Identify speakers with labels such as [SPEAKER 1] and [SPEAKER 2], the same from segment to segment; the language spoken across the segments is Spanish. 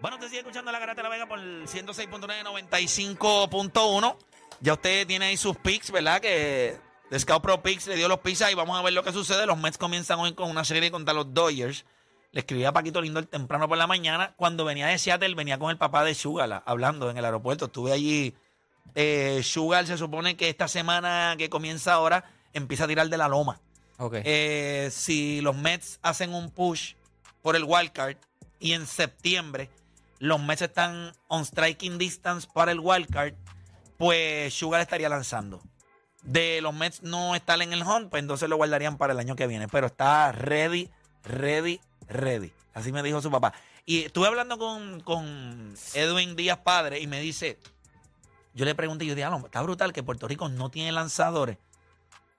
[SPEAKER 1] Bueno, usted sigue escuchando La Garata de la Vega por el 106.9, 95.1. Ya usted tiene ahí sus picks, ¿verdad? Que The Scout Pro Picks le dio los picks y vamos a ver lo que sucede. Los Mets comienzan hoy con una serie contra los Dodgers. Le escribí a Paquito Lindo el temprano por la mañana. Cuando venía de Seattle, venía con el papá de Sugar hablando en el aeropuerto. Estuve allí. Eh, Sugar se supone que esta semana que comienza ahora empieza a tirar de la loma.
[SPEAKER 2] Ok.
[SPEAKER 1] Eh, si los Mets hacen un push por el wild card y en septiembre los Mets están on striking distance para el wild card, pues Sugar estaría lanzando. De los Mets no estar en el home, pues entonces lo guardarían para el año que viene. Pero está ready, ready, ready. Así me dijo su papá. Y estuve hablando con, con Edwin Díaz padre y me dice, yo le pregunté, yo dije, "Alon, está brutal que Puerto Rico no tiene lanzadores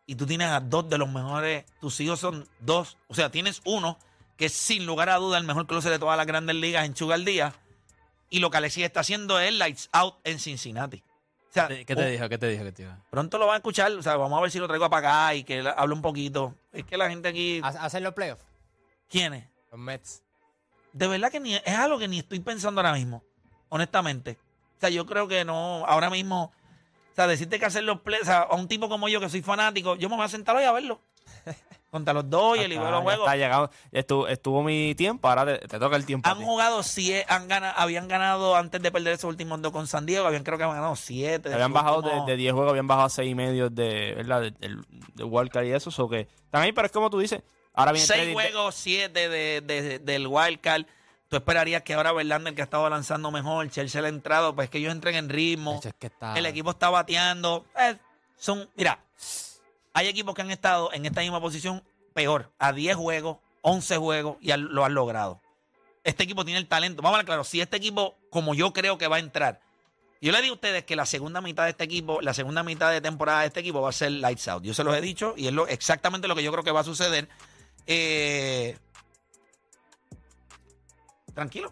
[SPEAKER 1] y tú tienes a dos de los mejores, tus hijos son dos, o sea, tienes uno que es sin lugar a duda el mejor closer de todas las grandes ligas en Sugar Díaz y lo que Alexis está haciendo es lights out en Cincinnati. O sea,
[SPEAKER 2] ¿Qué te
[SPEAKER 1] un-
[SPEAKER 2] dijo? ¿Qué te dijo? ¿Qué te dijo?
[SPEAKER 1] Pronto lo van a escuchar, o sea, vamos a ver si lo traigo para acá y que él hable un poquito. Es que la gente aquí,
[SPEAKER 2] Ah.
[SPEAKER 3] ¿Hacen los playoffs?
[SPEAKER 1] ¿quién es?
[SPEAKER 3] Los Mets.
[SPEAKER 1] De verdad que ni, es algo que ni estoy pensando ahora mismo, honestamente. O sea, yo creo que no, ahora mismo, o sea, decirte que hacer los plays, o sea, a un tipo como yo que soy fanático, yo me voy a sentar hoy a verlo. Contra los Dodgers y
[SPEAKER 4] Ya
[SPEAKER 1] veo
[SPEAKER 4] está,
[SPEAKER 1] los
[SPEAKER 4] Ah, ya
[SPEAKER 1] juegos.
[SPEAKER 4] está, llegado. Estuvo, estuvo mi tiempo, ahora te, te toca el tiempo. a
[SPEAKER 1] Han
[SPEAKER 4] ti.
[SPEAKER 1] jugado siete, han ganado, habían ganado antes de perder esos últimos dos con San Diego, habían creo que habían ganado siete. de
[SPEAKER 4] Habían
[SPEAKER 1] sus
[SPEAKER 4] bajado de-
[SPEAKER 1] últimos-
[SPEAKER 4] de 10 juegos, habían bajado a 6 y medio de, ¿verdad? De, del- de wild card y eso. so que están ahí, pero es como tú dices. Ahora viene
[SPEAKER 1] seis
[SPEAKER 4] trading de-
[SPEAKER 1] juegos, siete de, de- del wild card. Tú esperarías que ahora Verlander, que ha estado lanzando mejor, Chelsea le ha entrado, pues que ellos entren en ritmo.
[SPEAKER 2] Chacho, es que está-
[SPEAKER 3] Ah.
[SPEAKER 1] El equipo está bateando. Eh, son, mira, hay equipos que han estado en esta misma posición peor, a 10 juegos, 11 juegos y al- lo han logrado. Este equipo tiene el talento. Vamos a hablar claro, si este equipo, como yo creo que va a entrar, yo le digo a ustedes que la segunda mitad de este equipo, la segunda mitad de temporada de este equipo va a ser lights out. Yo se los he dicho y es lo, exactamente lo que yo creo que va a suceder. Eh, tranquilo.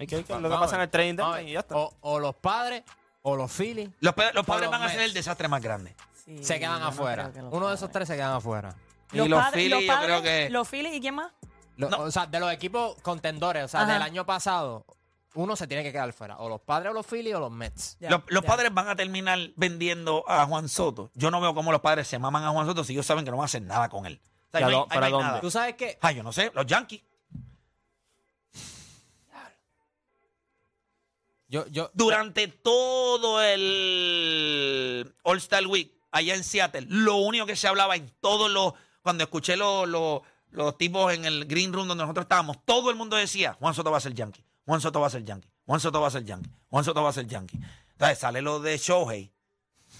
[SPEAKER 4] Hay que- hay que-
[SPEAKER 3] Va-
[SPEAKER 4] lo que
[SPEAKER 3] vamos
[SPEAKER 4] pasa
[SPEAKER 3] a ver.
[SPEAKER 4] en el trading
[SPEAKER 3] Vamos a
[SPEAKER 4] deadline
[SPEAKER 3] ver,
[SPEAKER 4] y ya
[SPEAKER 1] Oh,
[SPEAKER 4] está.
[SPEAKER 3] O, o los padres o los Phillies
[SPEAKER 1] Los, pe- los padres
[SPEAKER 3] los
[SPEAKER 1] van a ser
[SPEAKER 3] Mets.
[SPEAKER 1] el desastre más grande.
[SPEAKER 3] se quedan afuera. Uno de esos tres se quedan afuera.
[SPEAKER 1] y los Phillies, yo creo que.
[SPEAKER 5] Los Phillies, ¿y quién más?
[SPEAKER 3] Lo-
[SPEAKER 1] No.
[SPEAKER 3] O sea, de los equipos contendores, o sea,
[SPEAKER 5] Ajá.
[SPEAKER 3] del año pasado, uno se tiene que quedar fuera. O los padres o los Phillies o los Mets.
[SPEAKER 5] Ya,
[SPEAKER 1] Los, los
[SPEAKER 5] ya.
[SPEAKER 1] padres van a terminar vendiendo a Juan Soto. Yo no veo cómo los padres se maman a Juan Soto si ellos saben que no van a hacer nada con él. O sea,
[SPEAKER 4] Ya,
[SPEAKER 1] ahí no hay-
[SPEAKER 4] ¿no?
[SPEAKER 1] ahí
[SPEAKER 4] ¿Para
[SPEAKER 1] no hay
[SPEAKER 4] dónde?
[SPEAKER 1] nada.
[SPEAKER 3] Tú sabes que
[SPEAKER 1] Ah, yo no sé, los Yankees.
[SPEAKER 3] yo, yo,
[SPEAKER 1] Durante todo el All-Star Week allá en Seattle, lo único que se hablaba en todos los. Cuando escuché los, los- los tipos en el Green Room donde nosotros estábamos, todo el mundo decía: Juan Soto va a ser Yankee. Juan Soto va a ser Yankee. Juan Soto va a ser Yankee. Juan Soto va a ser Yankee. Entonces sale lo de Shohei.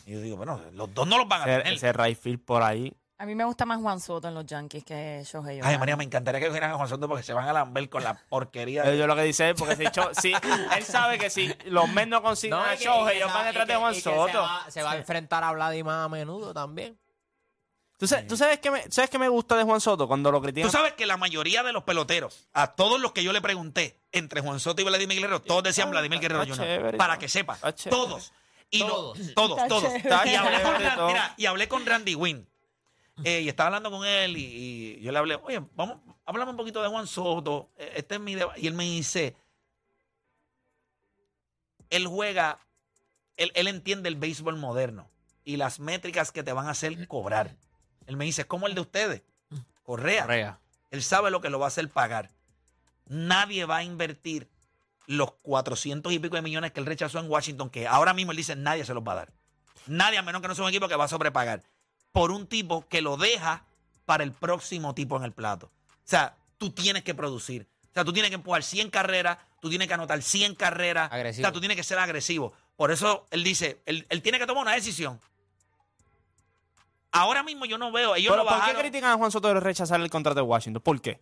[SPEAKER 1] Y yo digo: Bueno, los dos no los van a
[SPEAKER 4] Ese,
[SPEAKER 1] tener.
[SPEAKER 4] ese right field por ahí.
[SPEAKER 5] A mí me gusta más Juan Soto en los Yankees que Shohei.
[SPEAKER 1] Ay,
[SPEAKER 5] Ohtani.
[SPEAKER 1] María, me encantaría que cogieran a Juan Soto porque se van a lamber con la porquería.
[SPEAKER 4] Eh, Yo lo que dice es porque si, Cho- si- él sabe que si los Mets no consiguen a
[SPEAKER 3] y que-
[SPEAKER 4] Shohei,
[SPEAKER 3] y que
[SPEAKER 4] ellos
[SPEAKER 3] se
[SPEAKER 4] van
[SPEAKER 3] va-
[SPEAKER 4] detrás
[SPEAKER 3] y
[SPEAKER 4] de
[SPEAKER 3] que-
[SPEAKER 4] Juan
[SPEAKER 3] y que Se
[SPEAKER 4] Soto.
[SPEAKER 3] va, se va a enfrentar a Vladimir más a menudo también.
[SPEAKER 4] ¿Tú sabes, tú sabes qué me, sabes qué me gusta de Juan Soto cuando lo critican?
[SPEAKER 1] Tú sabes que la mayoría de los peloteros, a todos los que yo le pregunté, entre Juan Soto y Vladimir Guerrero, todos decían Vladimir Guerrero
[SPEAKER 4] Ah, está
[SPEAKER 1] Jr.
[SPEAKER 4] chévere,
[SPEAKER 1] para
[SPEAKER 4] ¿no?
[SPEAKER 1] que sepas,
[SPEAKER 4] Está chévere.
[SPEAKER 1] todos. Y no-
[SPEAKER 3] Todos.
[SPEAKER 1] todos,
[SPEAKER 5] Está
[SPEAKER 1] todos.
[SPEAKER 5] chévere.
[SPEAKER 1] Y hablé, con
[SPEAKER 4] Está
[SPEAKER 1] Ran-
[SPEAKER 4] chévere,
[SPEAKER 1] mira, y hablé con Randy Wynn. Eh, y estaba hablando con él y, y yo le hablé, oye, vamos, háblame un poquito de Juan Soto. eh, Este es mi deba-". Y él me dice, él juega, él, él entiende el béisbol moderno y las métricas que te van a hacer cobrar. Él me dice, es como el de ustedes, Correa.
[SPEAKER 2] Correa.
[SPEAKER 1] Él sabe lo que lo va a hacer pagar. Nadie va a invertir los 400 y pico de millones que él rechazó en Washington, que ahora mismo él dice nadie se los va a dar. Nadie, a menos que no sea un equipo que va a sobrepagar. Por un tipo que lo deja para el próximo tipo en el plato. O sea, tú tienes que producir. O sea, tú tienes que empujar 100 carreras, tú tienes que anotar 100 carreras.
[SPEAKER 3] Agresivo.
[SPEAKER 1] O sea, tú tienes que ser agresivo. Por eso él dice, él, él tiene que tomar una decisión. Ahora mismo yo no veo. Ellos
[SPEAKER 4] Pero
[SPEAKER 1] lo
[SPEAKER 4] ¿por qué
[SPEAKER 1] bajaron.
[SPEAKER 4] critican a Juan Soto de rechazar el contrato de Washington? ¿Por qué?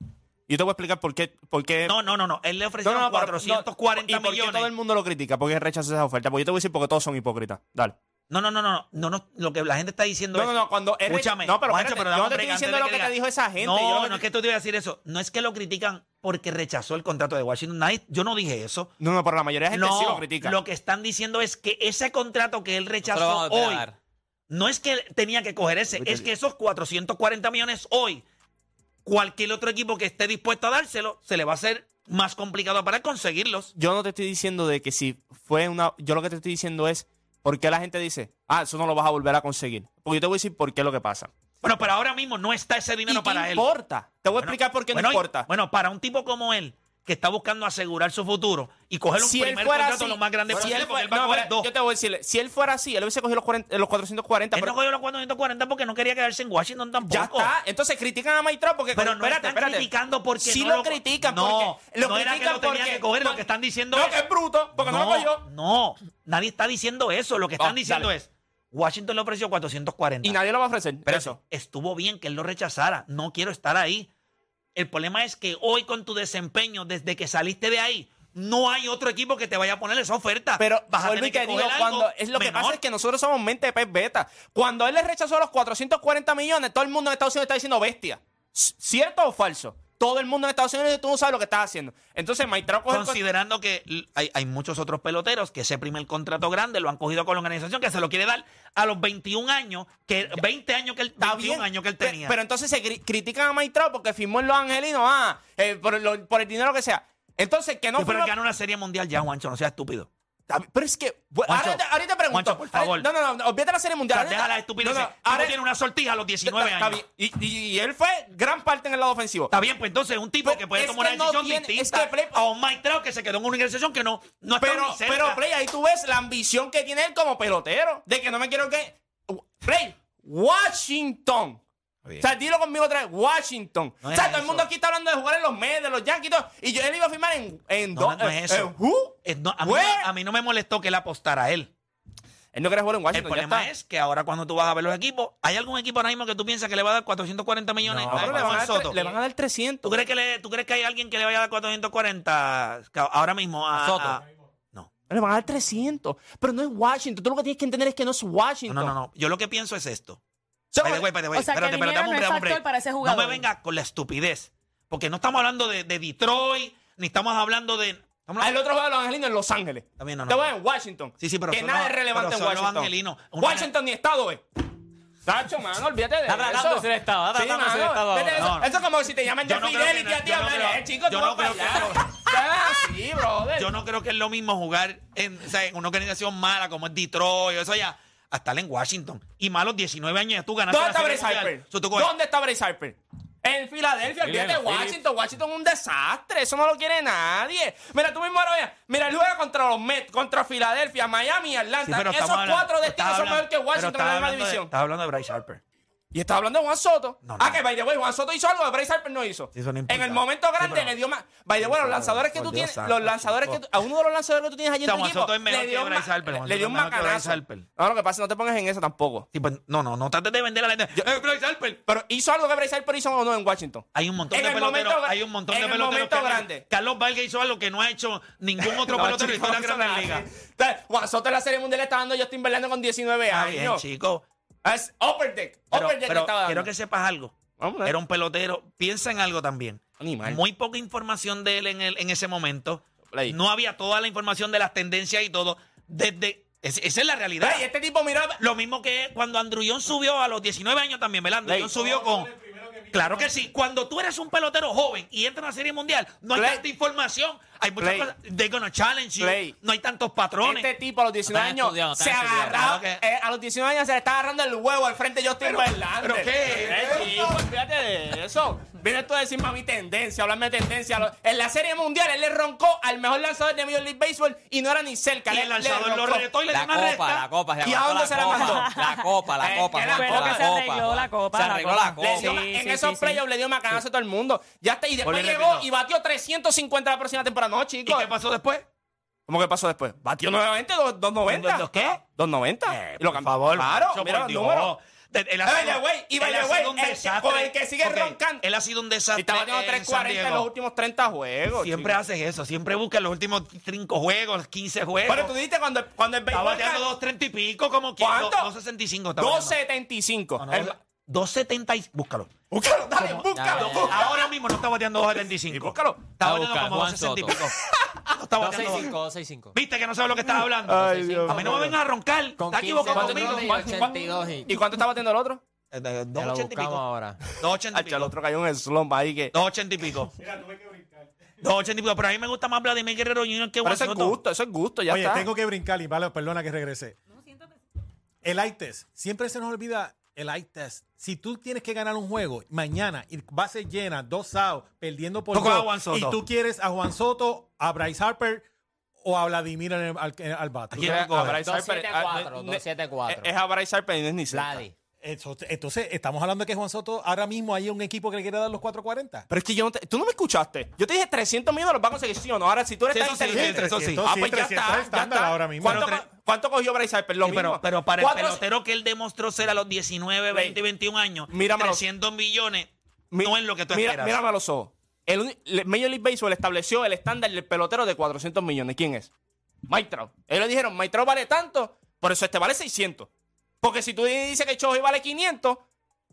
[SPEAKER 4] Yo te voy a explicar por qué. Por qué
[SPEAKER 1] No, no, no, no. Él le
[SPEAKER 4] No,
[SPEAKER 1] ofrecieron
[SPEAKER 4] no, no, pero- no,
[SPEAKER 1] 440
[SPEAKER 4] ¿Y por qué
[SPEAKER 1] millones.
[SPEAKER 4] todo el mundo lo critica? ¿Por qué rechaza esa oferta? Porque yo te voy a decir porque todos son hipócritas. Dale.
[SPEAKER 1] No, no, no, no, no, no. Lo que la gente está diciendo
[SPEAKER 4] No,
[SPEAKER 1] es.
[SPEAKER 4] no, no, cuando él-
[SPEAKER 1] Escúchame.
[SPEAKER 4] No, pero,
[SPEAKER 1] Juancho,
[SPEAKER 4] espérate,
[SPEAKER 1] dame
[SPEAKER 4] yo
[SPEAKER 1] un
[SPEAKER 4] no te
[SPEAKER 1] break
[SPEAKER 4] estoy
[SPEAKER 1] antes
[SPEAKER 4] diciendo
[SPEAKER 1] de
[SPEAKER 4] lo que
[SPEAKER 1] diga-
[SPEAKER 4] te dijo esa gente.
[SPEAKER 1] No,
[SPEAKER 4] yo lo
[SPEAKER 1] no es que tú te iba a decir eso. No es que lo critican porque rechazó el contrato de Washington. Nadie, yo no dije eso.
[SPEAKER 4] No, no, pero la mayoría de gente
[SPEAKER 1] No,
[SPEAKER 4] sí lo critica.
[SPEAKER 1] lo que están diciendo es que ese contrato que él
[SPEAKER 2] No se lo
[SPEAKER 1] rechazó
[SPEAKER 2] vamos a volver a
[SPEAKER 1] hoy
[SPEAKER 2] dar.
[SPEAKER 1] no es que él tenía que coger ese, es que esos 440 millones hoy, cualquier otro equipo que esté dispuesto a dárselo, se le va a hacer más complicado para conseguirlos.
[SPEAKER 4] Yo no te estoy diciendo de que si fue una. Yo lo que te estoy diciendo es por qué la gente dice, ah, eso no lo vas a volver a conseguir. Porque yo te voy a decir por qué es lo que pasa.
[SPEAKER 1] Bueno, pero ahora mismo no está ese
[SPEAKER 4] ¿Y
[SPEAKER 1] dinero
[SPEAKER 4] qué
[SPEAKER 1] para él.
[SPEAKER 4] importa? Te voy a
[SPEAKER 1] Bueno,
[SPEAKER 4] explicar por qué
[SPEAKER 1] bueno,
[SPEAKER 4] no
[SPEAKER 1] y-
[SPEAKER 4] importa.
[SPEAKER 1] Bueno, para un tipo como él, que está buscando asegurar su futuro y coger un
[SPEAKER 4] si él
[SPEAKER 1] primer
[SPEAKER 4] fuera
[SPEAKER 1] contrato
[SPEAKER 4] así,
[SPEAKER 1] lo más grande
[SPEAKER 4] si
[SPEAKER 1] posible,
[SPEAKER 4] él
[SPEAKER 1] porque
[SPEAKER 4] fuera-
[SPEAKER 1] él va a
[SPEAKER 4] no,
[SPEAKER 1] coger
[SPEAKER 4] espera,
[SPEAKER 1] dos.
[SPEAKER 4] yo te voy a decirle, si él fuera así, él hubiese cogido los, 40 los 440,
[SPEAKER 1] Él
[SPEAKER 4] pero
[SPEAKER 1] no cogió los 440 porque no quería quedarse en Washington tampoco.
[SPEAKER 4] ya está. Entonces critican a Mike Trout porque
[SPEAKER 1] Pero no
[SPEAKER 4] espérate,
[SPEAKER 1] están
[SPEAKER 4] espérate.
[SPEAKER 1] criticando porque
[SPEAKER 4] sí
[SPEAKER 1] no
[SPEAKER 4] lo,
[SPEAKER 1] lo-
[SPEAKER 4] critican
[SPEAKER 1] No,
[SPEAKER 4] porque lo
[SPEAKER 1] no era que
[SPEAKER 4] critican
[SPEAKER 1] lo tenía
[SPEAKER 4] porque
[SPEAKER 1] que coger, lo que están diciendo
[SPEAKER 4] no,
[SPEAKER 1] es-
[SPEAKER 4] que es bruto, porque no, lo cogió.
[SPEAKER 1] no, nadie está diciendo eso. Lo que
[SPEAKER 4] No,
[SPEAKER 1] están diciendo
[SPEAKER 4] dale.
[SPEAKER 1] es, Washington le ofreció 440.
[SPEAKER 4] Y nadie lo va a ofrecer.
[SPEAKER 1] Pero
[SPEAKER 4] eso.
[SPEAKER 1] estuvo bien que él lo rechazara. No quiero estar ahí. El problema es que hoy con tu desempeño, desde que saliste de ahí, no hay otro equipo que te vaya a poner esa oferta.
[SPEAKER 4] Pero
[SPEAKER 1] Vas a
[SPEAKER 4] vuelvo y
[SPEAKER 1] tener que
[SPEAKER 4] te digo,
[SPEAKER 1] coger algo
[SPEAKER 4] cuando, es lo que
[SPEAKER 1] menor.
[SPEAKER 4] pasa es que nosotros somos mente de pez beta. Cuando él le rechazó los 440 millones, todo el mundo en Estados Unidos está diciendo bestia. C- ¿Cierto o falso? Todo el mundo en Estados Unidos tú no sabes lo que estás haciendo. Entonces, Maitrao coge el con-
[SPEAKER 1] Considerando que l- hay, hay muchos otros peloteros que ese primer contrato grande lo han cogido con la organización que se lo quiere dar a los 21 años, que 20 años que él,
[SPEAKER 4] Está
[SPEAKER 1] 21
[SPEAKER 4] bien.
[SPEAKER 1] años que él
[SPEAKER 4] Pe-
[SPEAKER 1] tenía.
[SPEAKER 4] Pero, entonces se cri- critican a Maitrao porque firmó en Los Angelinos, ah, eh, por, lo- por el dinero que sea. Entonces, que no
[SPEAKER 1] Sí, pero él
[SPEAKER 4] firma-
[SPEAKER 1] gana una serie mundial ya, Juancho, no seas estúpido.
[SPEAKER 4] A ver, Pero es que. bu-
[SPEAKER 1] Juancho,
[SPEAKER 4] ahorita, ahorita pregunto.
[SPEAKER 1] Juancho, por
[SPEAKER 4] Ahorita-
[SPEAKER 1] favor.
[SPEAKER 4] No, no, no, olvídate la serie
[SPEAKER 1] O
[SPEAKER 4] mundial.
[SPEAKER 1] sea,
[SPEAKER 4] Ahorita-
[SPEAKER 1] deja las estupideces.
[SPEAKER 4] no, no,
[SPEAKER 1] Tipo
[SPEAKER 4] ahora-
[SPEAKER 1] tiene una sortija a los 19
[SPEAKER 4] Está- está
[SPEAKER 1] años.
[SPEAKER 4] bien. Y, y- y él fue gran parte en el lado ofensivo.
[SPEAKER 1] Está bien, pues entonces un tipo
[SPEAKER 4] Pero
[SPEAKER 1] que puede
[SPEAKER 4] es
[SPEAKER 1] tomar
[SPEAKER 4] que
[SPEAKER 1] una
[SPEAKER 4] no
[SPEAKER 1] decisión
[SPEAKER 4] tiene- es
[SPEAKER 1] distinta
[SPEAKER 4] que, Play-
[SPEAKER 1] a un Mike Trout que se quedó en una organización que no, no está
[SPEAKER 4] Pero,
[SPEAKER 1] ni cerca.
[SPEAKER 4] pero, Play, ahí tú ves la ambición que tiene él como pelotero. De que no me quiero que. Play, Washington. O sea, dilo conmigo otra vez, Washington.
[SPEAKER 1] No
[SPEAKER 4] o
[SPEAKER 1] es
[SPEAKER 4] sea, todo el
[SPEAKER 1] eso.
[SPEAKER 4] mundo aquí está hablando de jugar en los Mets, de los Yankees, y todo. y yo, él iba a firmar en... en
[SPEAKER 1] no,
[SPEAKER 4] do-
[SPEAKER 1] no es
[SPEAKER 4] eh,
[SPEAKER 1] eso.
[SPEAKER 4] eh, who?
[SPEAKER 1] Eh, no, a, mí,
[SPEAKER 4] Where?
[SPEAKER 1] no- a mí no me molestó que él apostara a él.
[SPEAKER 4] Él no quiere jugar en
[SPEAKER 1] El
[SPEAKER 4] Washington, ya
[SPEAKER 1] problema
[SPEAKER 4] está.
[SPEAKER 1] es que ahora cuando tú vas a ver los equipos, ¿hay algún equipo ahora mismo que tú piensas que le va a dar 440 millones
[SPEAKER 4] No,
[SPEAKER 1] a
[SPEAKER 4] pero le, van
[SPEAKER 1] Juan
[SPEAKER 4] a dar,
[SPEAKER 1] Soto?
[SPEAKER 4] tre- le van a dar 300.
[SPEAKER 1] ¿Tú crees, que le- ¿Tú crees que hay alguien que le vaya a dar 440 ca- ahora mismo a,
[SPEAKER 2] A Soto.
[SPEAKER 1] a- No.
[SPEAKER 4] Le van a dar 300. Pero no es Washington. Tú lo que tienes que entender es que no es
[SPEAKER 1] No,
[SPEAKER 4] Washington.
[SPEAKER 1] no, no, no. Yo lo que pienso es esto.
[SPEAKER 4] So,
[SPEAKER 1] By the way, by the way.
[SPEAKER 5] O sea, que
[SPEAKER 1] Espérate,
[SPEAKER 5] el dinero
[SPEAKER 1] espérate, dame un
[SPEAKER 5] no es
[SPEAKER 1] break, dame un
[SPEAKER 5] factor
[SPEAKER 1] break.
[SPEAKER 5] para ese
[SPEAKER 1] No me
[SPEAKER 5] jugador.
[SPEAKER 1] vengas con la estupidez. Porque no estamos hablando de, de Detroit, ni estamos hablando de. estamos
[SPEAKER 4] Ah, El otro juego de los angelinos en Los Ángeles.
[SPEAKER 1] Está bien, no, no,
[SPEAKER 4] Te voy
[SPEAKER 1] no.
[SPEAKER 4] en Washington.
[SPEAKER 1] Sí, sí, pero
[SPEAKER 4] Que
[SPEAKER 1] son
[SPEAKER 4] nada
[SPEAKER 1] los-
[SPEAKER 4] es relevante
[SPEAKER 1] pero
[SPEAKER 4] en
[SPEAKER 1] son los
[SPEAKER 4] Washington.
[SPEAKER 1] angelinos. Una-
[SPEAKER 4] Washington ni estado es. Tacho, mano, olvídate de
[SPEAKER 2] Está
[SPEAKER 4] eso.
[SPEAKER 2] tratando de ser estado, está
[SPEAKER 4] Sí,
[SPEAKER 2] tratando de ser
[SPEAKER 4] mano,
[SPEAKER 2] estado
[SPEAKER 4] vete de
[SPEAKER 2] ahora.
[SPEAKER 4] eso.
[SPEAKER 1] No, no.
[SPEAKER 4] Eso es como si te llaman
[SPEAKER 1] Yo
[SPEAKER 4] de
[SPEAKER 1] no creo
[SPEAKER 4] Fidel
[SPEAKER 1] que
[SPEAKER 4] y te
[SPEAKER 1] no-
[SPEAKER 4] a ti
[SPEAKER 1] yo no
[SPEAKER 4] hablan,
[SPEAKER 1] creo-
[SPEAKER 4] eh, chico,
[SPEAKER 1] yo
[SPEAKER 4] tú
[SPEAKER 1] no
[SPEAKER 4] vas para
[SPEAKER 1] creo
[SPEAKER 4] allá.
[SPEAKER 1] que-
[SPEAKER 4] Ya, sí, brother.
[SPEAKER 1] Yo no creo que es lo mismo jugar en, o sea, en una organización mala como es Detroit o eso ya, a estar en Washington. Y más a los 19 años ya tú ganaste
[SPEAKER 4] ¿Dónde
[SPEAKER 1] la
[SPEAKER 4] está
[SPEAKER 1] Serie
[SPEAKER 4] Bryce
[SPEAKER 1] Mundial.
[SPEAKER 4] Harper?
[SPEAKER 1] So, tú coges-
[SPEAKER 4] ¿Dónde está Bryce Harper? En Filadelfia, olvídate de
[SPEAKER 2] Philly.
[SPEAKER 4] Washington. Washington es un desastre. Eso no lo quiere nadie. Mira, tú mismo ahora veas. Mira, el juego contra los Mets, contra Filadelfia, Miami, Atlanta.
[SPEAKER 1] Sí, pero
[SPEAKER 4] Esos
[SPEAKER 1] estamos
[SPEAKER 4] cuatro
[SPEAKER 1] hablando- estás
[SPEAKER 4] destinos son
[SPEAKER 1] hablando-
[SPEAKER 4] mejor que
[SPEAKER 1] pero
[SPEAKER 4] Washington en
[SPEAKER 1] estás
[SPEAKER 4] la misma
[SPEAKER 1] hablando de-
[SPEAKER 4] división.
[SPEAKER 1] Estás hablando de Bryce Harper.
[SPEAKER 4] Y estaba hablando de Juan Soto.
[SPEAKER 1] No,
[SPEAKER 4] Ah,
[SPEAKER 1] no.
[SPEAKER 4] que by the way, Juan Soto hizo algo, Bryce Harper no hizo.
[SPEAKER 1] Sí, eso no importa.
[SPEAKER 4] en el momento
[SPEAKER 1] Sí,
[SPEAKER 4] grande
[SPEAKER 1] pero-
[SPEAKER 4] le dio más. By the way, los lanzadores que
[SPEAKER 1] por
[SPEAKER 4] tú
[SPEAKER 1] Dios
[SPEAKER 4] tienes,
[SPEAKER 1] santo,
[SPEAKER 4] los lanzadores que
[SPEAKER 1] chico.
[SPEAKER 4] tú- a uno de los lanzadores que tú tienes
[SPEAKER 1] O
[SPEAKER 4] allí en
[SPEAKER 1] sea,
[SPEAKER 4] tu
[SPEAKER 1] Juan
[SPEAKER 4] equipo,
[SPEAKER 1] Soto es mejor
[SPEAKER 4] le
[SPEAKER 1] que
[SPEAKER 4] dio un
[SPEAKER 1] Bryce
[SPEAKER 4] ma-
[SPEAKER 1] Harper, Juan
[SPEAKER 4] le dio un
[SPEAKER 1] Soto es mejor que Bryce
[SPEAKER 4] macanazo.
[SPEAKER 1] Harper.
[SPEAKER 4] No, lo que pasa, no te pongas en eso tampoco.
[SPEAKER 1] Sí, pues, no, no, no trates de vender a la gente. ¡Eh, Bryce Harper!
[SPEAKER 4] Pero hizo algo que Bryce Harper hizo o no en Washington.
[SPEAKER 1] Hay un montón
[SPEAKER 4] En
[SPEAKER 1] de
[SPEAKER 4] el
[SPEAKER 1] peloteros.
[SPEAKER 4] momento gra-
[SPEAKER 1] hay un montón
[SPEAKER 4] en
[SPEAKER 1] de
[SPEAKER 4] el
[SPEAKER 1] peloteros.
[SPEAKER 4] momento
[SPEAKER 1] que-
[SPEAKER 4] grande.
[SPEAKER 1] Carlos Vargas hizo algo que no ha hecho ningún otro
[SPEAKER 4] No,
[SPEAKER 1] pelotero de
[SPEAKER 4] chico,
[SPEAKER 1] toda la
[SPEAKER 4] eso no
[SPEAKER 1] Grandes
[SPEAKER 4] es
[SPEAKER 1] Ligas.
[SPEAKER 4] así. Está- Juan Soto en la Serie Mundial le está dando Justin Verlander con 19
[SPEAKER 1] Está
[SPEAKER 4] años.
[SPEAKER 1] bien, chico.
[SPEAKER 4] Es Upper Deck.
[SPEAKER 1] Pero,
[SPEAKER 4] upper Deck le
[SPEAKER 1] pero
[SPEAKER 4] estaba dando.
[SPEAKER 1] quiero que sepas algo.
[SPEAKER 4] Vamos a ver.
[SPEAKER 1] Era un pelotero. Piensa en algo también.
[SPEAKER 4] Animal.
[SPEAKER 1] Muy poca información de él en, el- en ese momento.
[SPEAKER 4] Play.
[SPEAKER 1] No había toda la información de las tendencias y todo. Desde, es- esa es la realidad.
[SPEAKER 4] Ey, este tipo miraba.
[SPEAKER 1] Lo mismo que cuando Andrullón subió a los 19 años también, ¿verdad? Andrullón
[SPEAKER 4] Ley.
[SPEAKER 1] subió con... Claro que sí. Cuando tú eres un pelotero joven y entras a una serie mundial, no hay
[SPEAKER 4] Ley.
[SPEAKER 1] tanta información. Hay muchas
[SPEAKER 4] Ley.
[SPEAKER 1] cosas. They're gonna challenge you.
[SPEAKER 4] Ley.
[SPEAKER 1] No hay tantos patrones.
[SPEAKER 4] Este tipo a los 19
[SPEAKER 2] Están
[SPEAKER 4] años
[SPEAKER 2] estudiados,
[SPEAKER 4] se
[SPEAKER 2] están estudiados.
[SPEAKER 4] agarraba.
[SPEAKER 1] Claro que-
[SPEAKER 4] eh, a los 19 años se le está agarrando el huevo al frente de Justin Verlander.
[SPEAKER 1] pero ¿qué?
[SPEAKER 4] Eh, chico, olvídate de eso. Viene tú a decir, mami, tendencia, hablarme de tendencia. Lo- En la Serie Mundial, él le roncó al mejor lanzador de Major League Baseball y no era ni cerca.
[SPEAKER 1] Y
[SPEAKER 4] Le-
[SPEAKER 1] el
[SPEAKER 4] le
[SPEAKER 1] lanzador lo
[SPEAKER 4] roncó.
[SPEAKER 1] retó y le dio
[SPEAKER 2] La
[SPEAKER 1] una
[SPEAKER 2] copa,
[SPEAKER 1] recta.
[SPEAKER 2] la copa. se
[SPEAKER 4] ¿Y a
[SPEAKER 2] aguantó
[SPEAKER 4] dónde se la mandó?
[SPEAKER 2] La copa, la
[SPEAKER 4] Eh,
[SPEAKER 2] copa.
[SPEAKER 4] que la
[SPEAKER 2] Juanjo,
[SPEAKER 4] copa-
[SPEAKER 5] se arregló la copa,
[SPEAKER 2] Se
[SPEAKER 5] la
[SPEAKER 2] arregló
[SPEAKER 5] copa.
[SPEAKER 2] la
[SPEAKER 4] Le dio
[SPEAKER 2] copa.
[SPEAKER 5] Sí,
[SPEAKER 4] ma- en
[SPEAKER 5] sí,
[SPEAKER 4] esos
[SPEAKER 5] sí,
[SPEAKER 4] playoffs
[SPEAKER 5] sí.
[SPEAKER 4] le dio macanazo a todo el mundo. Ya está, y después
[SPEAKER 1] Vuelve y
[SPEAKER 4] llegó
[SPEAKER 1] repito.
[SPEAKER 4] y batió 350 la próxima temporada. No,
[SPEAKER 1] ¿Y
[SPEAKER 4] chicos.
[SPEAKER 1] qué pasó después?
[SPEAKER 4] ¿Cómo que pasó después? Batió nuevamente dos-
[SPEAKER 1] ¿Dos-
[SPEAKER 4] 290.
[SPEAKER 1] dos qué?
[SPEAKER 4] 290.
[SPEAKER 1] Eh,
[SPEAKER 4] Y lo
[SPEAKER 1] por
[SPEAKER 4] cambió.
[SPEAKER 1] favor,
[SPEAKER 4] Claro,
[SPEAKER 1] macho,
[SPEAKER 4] mira
[SPEAKER 1] por
[SPEAKER 4] el
[SPEAKER 1] Dios.
[SPEAKER 4] número.
[SPEAKER 1] De- él ha
[SPEAKER 4] Eh,
[SPEAKER 1] sido-
[SPEAKER 4] by the way, y by
[SPEAKER 1] él ha
[SPEAKER 4] the way,
[SPEAKER 1] sido un
[SPEAKER 4] el que-
[SPEAKER 1] desastre.
[SPEAKER 4] con el que sigue
[SPEAKER 1] Ok,
[SPEAKER 4] roncando.
[SPEAKER 1] Él ha sido un desastre.
[SPEAKER 4] Y estaba batiendo
[SPEAKER 1] en
[SPEAKER 4] 340
[SPEAKER 1] San
[SPEAKER 4] en los
[SPEAKER 1] Diego.
[SPEAKER 4] últimos 30 juegos.
[SPEAKER 1] Siempre
[SPEAKER 4] chico.
[SPEAKER 1] haces eso. Siempre busca los últimos 5 juegos, 15 juegos.
[SPEAKER 4] Pero tú dijiste cuando, cuando el
[SPEAKER 1] Está
[SPEAKER 4] béisbol...
[SPEAKER 1] bateando 230 y pico, como que
[SPEAKER 4] ¿Cuánto?
[SPEAKER 1] 265. está bateando.
[SPEAKER 4] 275.
[SPEAKER 1] No, no,
[SPEAKER 4] El-
[SPEAKER 1] 270. y- Búscalo.
[SPEAKER 4] Búscalo, dale, búscalo.
[SPEAKER 2] Ya, ya,
[SPEAKER 4] búscalo.
[SPEAKER 1] Ahora mismo no está bateando 275.
[SPEAKER 4] Y búscalo.
[SPEAKER 1] Está
[SPEAKER 2] Ah,
[SPEAKER 1] bateando
[SPEAKER 2] busca,
[SPEAKER 1] como
[SPEAKER 2] Juan
[SPEAKER 1] 260 y
[SPEAKER 2] Soto.
[SPEAKER 1] pico. No está bateando.
[SPEAKER 3] 265, 265.
[SPEAKER 1] Viste que no sabes lo que estás hablando.
[SPEAKER 4] Ay, Dios
[SPEAKER 1] a mí no
[SPEAKER 4] mío.
[SPEAKER 1] me vengas a roncar.
[SPEAKER 3] Con
[SPEAKER 1] Está
[SPEAKER 3] 15
[SPEAKER 1] equivocado
[SPEAKER 3] cuando
[SPEAKER 1] conmigo.
[SPEAKER 3] no
[SPEAKER 1] Juan-
[SPEAKER 3] digas
[SPEAKER 1] Juan-
[SPEAKER 3] 82 y-
[SPEAKER 4] ¿Y cuánto está batiendo el otro?
[SPEAKER 1] Eh, eh,
[SPEAKER 3] Ya lo
[SPEAKER 1] 280 y
[SPEAKER 3] buscamos
[SPEAKER 1] pico.
[SPEAKER 3] ahora.
[SPEAKER 1] 280 y
[SPEAKER 4] Hacha, el
[SPEAKER 1] pico.
[SPEAKER 4] otro cayó en el slump ahí que...
[SPEAKER 1] 280 y pico. Mira, tuve que brincar. 280 y pico. Pero a mí me gusta más Vladimir Guerrero Jr. que
[SPEAKER 4] Pero
[SPEAKER 1] Juan
[SPEAKER 4] eso es
[SPEAKER 1] Soto.
[SPEAKER 4] gusto, eso es gusto, ya
[SPEAKER 6] Oye,
[SPEAKER 4] está.
[SPEAKER 6] tengo que brincar y vale, perdona que regresé. El eye test. Siempre se nos olvida el eye test. Si tú tienes que ganar un juego mañana y base llena, dos outs, perdiendo por
[SPEAKER 1] Toca a
[SPEAKER 6] dos,
[SPEAKER 1] Juan Soto.
[SPEAKER 6] y tú quieres a Juan Soto, a Bryce Harper o a Vladimir en el- al, en- al bate.
[SPEAKER 1] Aquí- ¿Quién
[SPEAKER 4] A
[SPEAKER 1] lo coge?
[SPEAKER 4] Bryce Harper, ah,
[SPEAKER 3] 274,
[SPEAKER 4] no, no,
[SPEAKER 3] 274.
[SPEAKER 4] Es a Bryce Harper y no es ni cerca.
[SPEAKER 3] Vladi.
[SPEAKER 6] Eso- Entonces, estamos hablando de que Juan Soto ahora mismo hay un equipo que le quiere dar los 440.
[SPEAKER 4] Pero es que yo no te, tú no me escuchaste. Yo te dije 300 millones los va a conseguir, sí o no. Ahora, si tú eres
[SPEAKER 1] Sí,
[SPEAKER 4] tan
[SPEAKER 1] eso sí,
[SPEAKER 4] inteligente,
[SPEAKER 1] eso sí.
[SPEAKER 4] Ah, pues ya
[SPEAKER 6] 300
[SPEAKER 4] está, ya
[SPEAKER 6] estándar
[SPEAKER 4] está.
[SPEAKER 6] ahora mismo.
[SPEAKER 4] ¿Cuánto,
[SPEAKER 1] Bueno,
[SPEAKER 4] co- cuánto cogió Bryce Harper? Lo
[SPEAKER 1] Sí,
[SPEAKER 4] mismo.
[SPEAKER 1] pero, pero para el
[SPEAKER 4] Cuatro-
[SPEAKER 1] pelotero que él demostró ser a los 19, 20 y 21 años,
[SPEAKER 4] Míramelo.
[SPEAKER 1] 300 millones
[SPEAKER 4] Mi-
[SPEAKER 1] no es lo que tú
[SPEAKER 4] mira,
[SPEAKER 1] esperas.
[SPEAKER 4] Mírame a los ojos. El, uni- le- Major League Baseball estableció el estándar del pelotero de 400 millones. ¿Quién es? Mike Trout. Ellos dijeron, Mike Trout vale tanto, por eso este vale 600. Porque si tú dices que Choji vale 500,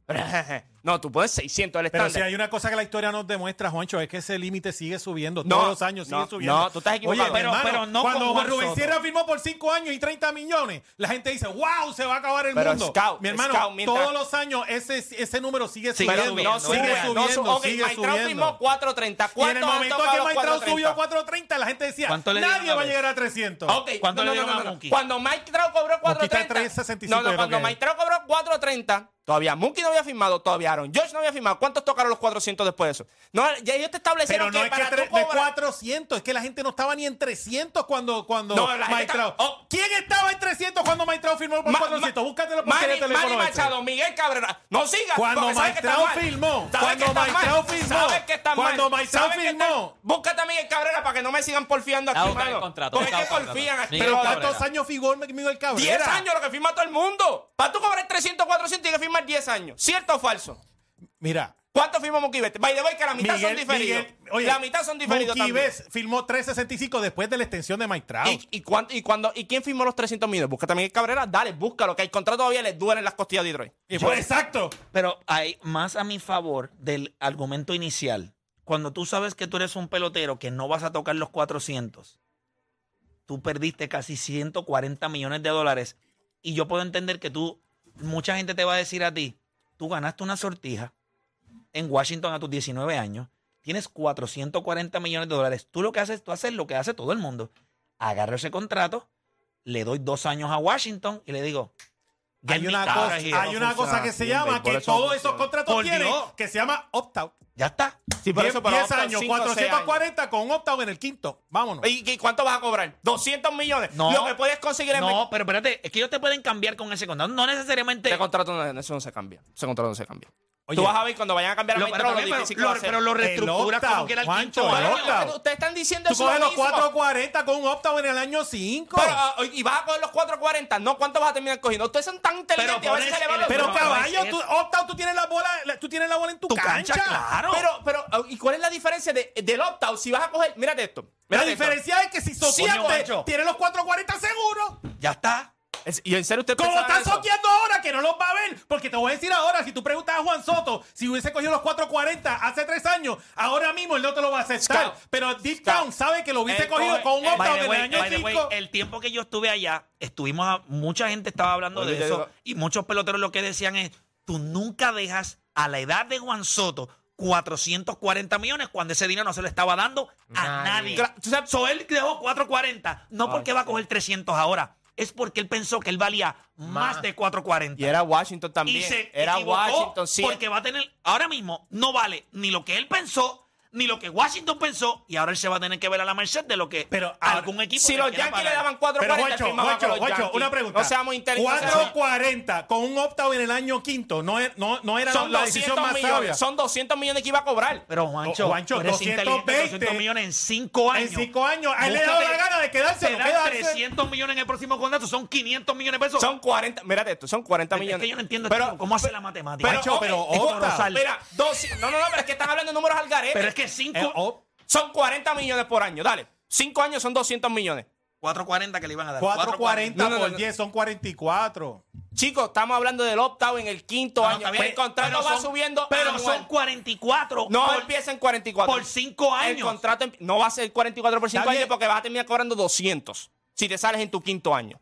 [SPEAKER 4] no, tú pones 600 el
[SPEAKER 6] Pero
[SPEAKER 4] estándar.
[SPEAKER 6] si hay una cosa que la historia nos demuestra, Juancho, es que ese límite sigue subiendo.
[SPEAKER 4] No,
[SPEAKER 6] Todos los años
[SPEAKER 4] no,
[SPEAKER 6] sigue subiendo.
[SPEAKER 4] no, tú estás equivocado.
[SPEAKER 6] Oye,
[SPEAKER 1] Pero-
[SPEAKER 6] hermano,
[SPEAKER 1] pero no con
[SPEAKER 6] cuando
[SPEAKER 1] Juan
[SPEAKER 6] Rubén
[SPEAKER 1] Soto.
[SPEAKER 6] Sierra firmó por 5 años y 30 millones, la gente dice, wow, se va a acabar el
[SPEAKER 4] Pero,
[SPEAKER 6] mundo.
[SPEAKER 4] Scout,
[SPEAKER 6] Mi hermano,
[SPEAKER 4] Scout, mientras-
[SPEAKER 6] todos los años ese, ese número sigue
[SPEAKER 1] Sigue
[SPEAKER 6] subiendo.
[SPEAKER 1] subiendo,
[SPEAKER 4] no sube,
[SPEAKER 6] sigue
[SPEAKER 4] no
[SPEAKER 6] subiendo,
[SPEAKER 4] sube. Ok,
[SPEAKER 6] sigue
[SPEAKER 4] Mike Trout firmó
[SPEAKER 6] subiendo.
[SPEAKER 4] 4.30.
[SPEAKER 6] Y en el
[SPEAKER 4] ¿Cuánto han
[SPEAKER 6] momento
[SPEAKER 4] tocado
[SPEAKER 6] que
[SPEAKER 4] los
[SPEAKER 6] Mike Trout
[SPEAKER 4] 4.30?
[SPEAKER 6] subió a 4.30, la gente decía,
[SPEAKER 1] ¿Cuánto le dieron
[SPEAKER 6] nadie va
[SPEAKER 1] una
[SPEAKER 6] a
[SPEAKER 1] vez?
[SPEAKER 6] llegar a 300.
[SPEAKER 4] Ok,
[SPEAKER 1] ¿Cuánto
[SPEAKER 4] no,
[SPEAKER 1] le
[SPEAKER 4] no,
[SPEAKER 1] dieron
[SPEAKER 4] no,
[SPEAKER 1] a
[SPEAKER 4] no.
[SPEAKER 1] Mookie?
[SPEAKER 4] Cuando Mike Trout cobró 4.30.
[SPEAKER 6] 365
[SPEAKER 4] No, no,
[SPEAKER 6] creo
[SPEAKER 4] cuando
[SPEAKER 6] que
[SPEAKER 4] Mike Trout cobró 4.30, todavía Mookie no había firmado, todavía Aaron George no había firmado. ¿Cuántos tocaron los 400 después de eso? No, ya ellos te establecieron
[SPEAKER 6] Pero no es que
[SPEAKER 4] para tú
[SPEAKER 6] tres- de
[SPEAKER 4] cobrar-
[SPEAKER 6] 400, es que la gente no estaba ni en 300 cuando, cuando
[SPEAKER 4] No, la gente
[SPEAKER 6] Mike
[SPEAKER 4] está-
[SPEAKER 6] Trout.
[SPEAKER 4] Oh.
[SPEAKER 6] ¿Quién estaba en 300 cuando Mike Trout firmó por
[SPEAKER 4] Ma-
[SPEAKER 6] 400?
[SPEAKER 4] Ma-
[SPEAKER 6] Búscatelo por
[SPEAKER 4] Manny-
[SPEAKER 6] el teléfono. este.
[SPEAKER 4] Manny
[SPEAKER 6] ese.
[SPEAKER 4] Machado, Miguel Cabrera. No sigas.
[SPEAKER 6] Cuando
[SPEAKER 4] porque sabes que está
[SPEAKER 6] Maitrao
[SPEAKER 4] mal.
[SPEAKER 6] filmó,
[SPEAKER 4] Sabes que
[SPEAKER 6] cuando
[SPEAKER 4] está mal,
[SPEAKER 6] Maitrao filmó,
[SPEAKER 4] Sabes que está mal.
[SPEAKER 6] cuando Maitrao
[SPEAKER 4] sabes que está-
[SPEAKER 6] filmó.
[SPEAKER 4] Búscate a Miguel Cabrera para que no me sigan porfiando
[SPEAKER 2] Ah,
[SPEAKER 4] aquí,
[SPEAKER 2] busca el
[SPEAKER 4] mano.
[SPEAKER 2] contrato,
[SPEAKER 4] Porque es
[SPEAKER 2] busca
[SPEAKER 4] que
[SPEAKER 2] el contrato.
[SPEAKER 4] porfían aquí.
[SPEAKER 2] Miguel
[SPEAKER 6] Pero
[SPEAKER 2] Cabrera.
[SPEAKER 6] ¿cuántos años figó Miguel Cabrera?
[SPEAKER 4] 10 años lo que firma todo el mundo. Para tú cobrar 300, 400 tienes que firmar 10 años. ¿Cierto o falso?
[SPEAKER 6] Mira.
[SPEAKER 4] ¿Cuánto firmó Mookie Betts? By the way, que la mitad son
[SPEAKER 6] Miguel-
[SPEAKER 4] diferidos.
[SPEAKER 6] Miguel- oye,
[SPEAKER 4] la mitad son diferidos
[SPEAKER 6] Mookie
[SPEAKER 4] también.
[SPEAKER 6] Betts firmó 365 después de la extensión de Mike Trout.
[SPEAKER 4] ¿Y, y, cuánto- y, cuando, ¿Y quién firmó los 300 millones? Búscate a Miguel Cabrera, dale, búscalo, que el contrato todavía les duele en las costillas de Detroit.
[SPEAKER 6] Y fue- exacto.
[SPEAKER 1] Pero hay más a mi favor del argumento inicial. Cuando tú sabes que tú eres un pelotero que no vas a tocar los 400, tú perdiste casi 140 millones de dólares. Y yo puedo entender que tú, mucha gente te va a decir a ti, tú ganaste una sortija en Washington a tus 19 años, tienes 440 millones de dólares. Tú lo que haces, tú haces lo que hace todo el mundo. Agarro ese contrato, le doy dos años a Washington y le digo, get
[SPEAKER 6] Hay
[SPEAKER 1] me
[SPEAKER 6] una,
[SPEAKER 1] out
[SPEAKER 6] cosa,
[SPEAKER 1] of here.
[SPEAKER 6] hay una cosa que se
[SPEAKER 4] Bien,
[SPEAKER 6] llama,
[SPEAKER 4] bien, por
[SPEAKER 6] que
[SPEAKER 4] eso
[SPEAKER 6] todos
[SPEAKER 4] funciona.
[SPEAKER 6] esos contratos
[SPEAKER 1] Por
[SPEAKER 6] tienen,
[SPEAKER 1] Dios.
[SPEAKER 6] que se llama opt-out.
[SPEAKER 1] Ya está.
[SPEAKER 4] Sí, Oh. por
[SPEAKER 6] 10,
[SPEAKER 4] eso, pero
[SPEAKER 6] 10
[SPEAKER 4] opt-out,
[SPEAKER 6] años,
[SPEAKER 4] cinco, seis
[SPEAKER 6] 440 con opt-out en el quinto. Vámonos.
[SPEAKER 4] ¿Y, y cuánto vas a cobrar? 200 millones.
[SPEAKER 1] No.
[SPEAKER 4] Lo que puedes conseguir en
[SPEAKER 1] No, pero espérate, es que ellos te pueden cambiar con ese contrato. No necesariamente.
[SPEAKER 4] Ese contrato no, eso no se cambia. Ese contrato no se cambia.
[SPEAKER 6] Oye,
[SPEAKER 4] Tú vas a ver cuando vayan a cambiar a
[SPEAKER 1] Lo-
[SPEAKER 4] Mike
[SPEAKER 1] pero,
[SPEAKER 4] Trout lo
[SPEAKER 1] también, pero-
[SPEAKER 4] difícil que
[SPEAKER 1] lo-
[SPEAKER 4] va a ser.
[SPEAKER 1] pero lo
[SPEAKER 6] El
[SPEAKER 1] reestructuras como
[SPEAKER 6] opt-out,
[SPEAKER 1] que era el
[SPEAKER 6] Juancho,
[SPEAKER 1] quinto
[SPEAKER 6] el
[SPEAKER 1] año.
[SPEAKER 6] opt-out.
[SPEAKER 4] Ustedes- Ustedes están diciendo
[SPEAKER 6] tú
[SPEAKER 4] eso lo
[SPEAKER 6] coges los
[SPEAKER 4] mismo.
[SPEAKER 6] 440 con un opt-out en el año 5.
[SPEAKER 4] Pero, ah, y vas a coger los 440. No, ¿cuánto vas a terminar cogiendo? Ustedes son tan inteligentes.
[SPEAKER 1] Pero
[SPEAKER 4] a veces
[SPEAKER 1] pones
[SPEAKER 4] se le van
[SPEAKER 1] el-
[SPEAKER 4] los-
[SPEAKER 6] Pero
[SPEAKER 1] No,
[SPEAKER 6] caballo,
[SPEAKER 1] no es
[SPEAKER 6] tú,
[SPEAKER 1] eso.
[SPEAKER 6] opt-out, tú tienes la bola, la- tú tienes la bola en tu,
[SPEAKER 1] Tu cancha, claro.
[SPEAKER 4] Pero, pero, ah, ¿y cuál es la diferencia de, del opt-out? Si vas a coger, mírate esto.
[SPEAKER 6] La
[SPEAKER 4] mírate esto.
[SPEAKER 6] diferencia es que si soqueaste,
[SPEAKER 1] Juancho.
[SPEAKER 6] tiene los 440 seguro.
[SPEAKER 1] Ya está.
[SPEAKER 4] Es- y en serio usted
[SPEAKER 6] Como
[SPEAKER 4] pensaba
[SPEAKER 6] están
[SPEAKER 4] eso?
[SPEAKER 6] soqueando ahora, que no los va a ver. Porque te voy a decir ahora, si tú preguntas a Juan Soto si hubiese cogido los 440 hace tres años, ahora mismo él no te lo va a aceptar.
[SPEAKER 4] Scout.
[SPEAKER 6] Pero Deep
[SPEAKER 4] Scout.
[SPEAKER 6] Down sabe que lo hubiese
[SPEAKER 4] Él
[SPEAKER 6] cogido
[SPEAKER 4] coge-
[SPEAKER 6] con un
[SPEAKER 4] él-
[SPEAKER 6] opt-out
[SPEAKER 1] By the
[SPEAKER 6] en
[SPEAKER 1] way,
[SPEAKER 6] el año
[SPEAKER 1] by the way,
[SPEAKER 6] 5.
[SPEAKER 1] el tiempo que yo estuve allá, estuvimos a- mucha gente estaba hablando
[SPEAKER 4] Oye,
[SPEAKER 1] de
[SPEAKER 4] te
[SPEAKER 1] eso.
[SPEAKER 4] digo-
[SPEAKER 1] Y muchos peloteros lo que decían es: tú nunca dejas a la edad de Juan Soto 440 millones cuando ese dinero no se le estaba dando a
[SPEAKER 3] Nadie.
[SPEAKER 1] nadie.
[SPEAKER 4] Cla- tú sabes-
[SPEAKER 1] So, él dejó 440, no porque va a coger 300 ahora. es porque él pensó que él valía más
[SPEAKER 3] Más.
[SPEAKER 1] de 440.
[SPEAKER 4] Y era Washington también.
[SPEAKER 1] Y se
[SPEAKER 4] era
[SPEAKER 1] equivocó
[SPEAKER 4] Washington, sí.
[SPEAKER 1] Porque va a tener, ahora mismo no vale ni lo que él pensó, ni lo que Washington pensó, y ahora él se va a tener que ver a la merced de lo que
[SPEAKER 6] Pero ahora-
[SPEAKER 1] algún equipo.
[SPEAKER 4] si
[SPEAKER 1] le
[SPEAKER 4] los
[SPEAKER 1] quiera
[SPEAKER 4] Yankees le
[SPEAKER 1] pagar.
[SPEAKER 4] daban 4.40,
[SPEAKER 6] Pero,
[SPEAKER 4] él
[SPEAKER 6] Juancho,
[SPEAKER 4] firmaba
[SPEAKER 6] Juancho,
[SPEAKER 4] con los
[SPEAKER 6] Juancho,
[SPEAKER 4] Yankees.
[SPEAKER 6] una pregunta.
[SPEAKER 4] No seamos inteligentes.
[SPEAKER 6] 4.40 con un opt-out en el año quinto. No, es- no, no era
[SPEAKER 4] Son
[SPEAKER 6] la decisión
[SPEAKER 4] 200
[SPEAKER 6] más sabia.
[SPEAKER 4] millones. Son 200 millones que iba a cobrar.
[SPEAKER 1] Pero Juancho,
[SPEAKER 4] Oh,
[SPEAKER 6] No, Juancho,
[SPEAKER 1] tú eres inteligente,
[SPEAKER 6] 220
[SPEAKER 1] 200 millones en 5
[SPEAKER 6] En
[SPEAKER 1] años.
[SPEAKER 6] cinco años, a él le daba la
[SPEAKER 1] Búscate-
[SPEAKER 6] gana de quedarse.
[SPEAKER 1] Te dan 300 millones en el próximo contrato, son 500 millones de pesos.
[SPEAKER 4] Son 40, mírate esto, son 40
[SPEAKER 1] Es que
[SPEAKER 4] millones.
[SPEAKER 1] yo no entiendo
[SPEAKER 4] Pero-
[SPEAKER 1] tío, cómo hace la matemática.
[SPEAKER 4] Pero,
[SPEAKER 6] Macho,
[SPEAKER 4] ok,
[SPEAKER 6] pero
[SPEAKER 4] es
[SPEAKER 6] otra.
[SPEAKER 4] corta. Mira, dos, no, no, no, pero es que están hablando de números al garete. Eh, oh.
[SPEAKER 1] Pero es que 5,
[SPEAKER 4] Son 40 millones por año, dale. 5 años son 200 millones.
[SPEAKER 1] 440 que le iban a dar.
[SPEAKER 6] 4.40
[SPEAKER 4] No, no, no,
[SPEAKER 6] por
[SPEAKER 4] no.
[SPEAKER 6] 10 son 44.
[SPEAKER 4] Chicos, estamos hablando del opt-out en el quinto
[SPEAKER 1] No,
[SPEAKER 4] año.
[SPEAKER 1] está bien,
[SPEAKER 4] Pues, el contrato
[SPEAKER 1] pero
[SPEAKER 4] va
[SPEAKER 1] son-
[SPEAKER 4] subiendo.
[SPEAKER 1] Pero
[SPEAKER 4] anual.
[SPEAKER 1] son 44.
[SPEAKER 4] No
[SPEAKER 1] por-
[SPEAKER 4] empieza en 44.
[SPEAKER 1] por cinco
[SPEAKER 4] El
[SPEAKER 1] años.
[SPEAKER 4] contrato em- no va a ser 44 por 5
[SPEAKER 6] Está
[SPEAKER 4] años
[SPEAKER 6] bien.
[SPEAKER 4] porque vas a terminar cobrando 200 si te sales en tu quinto año.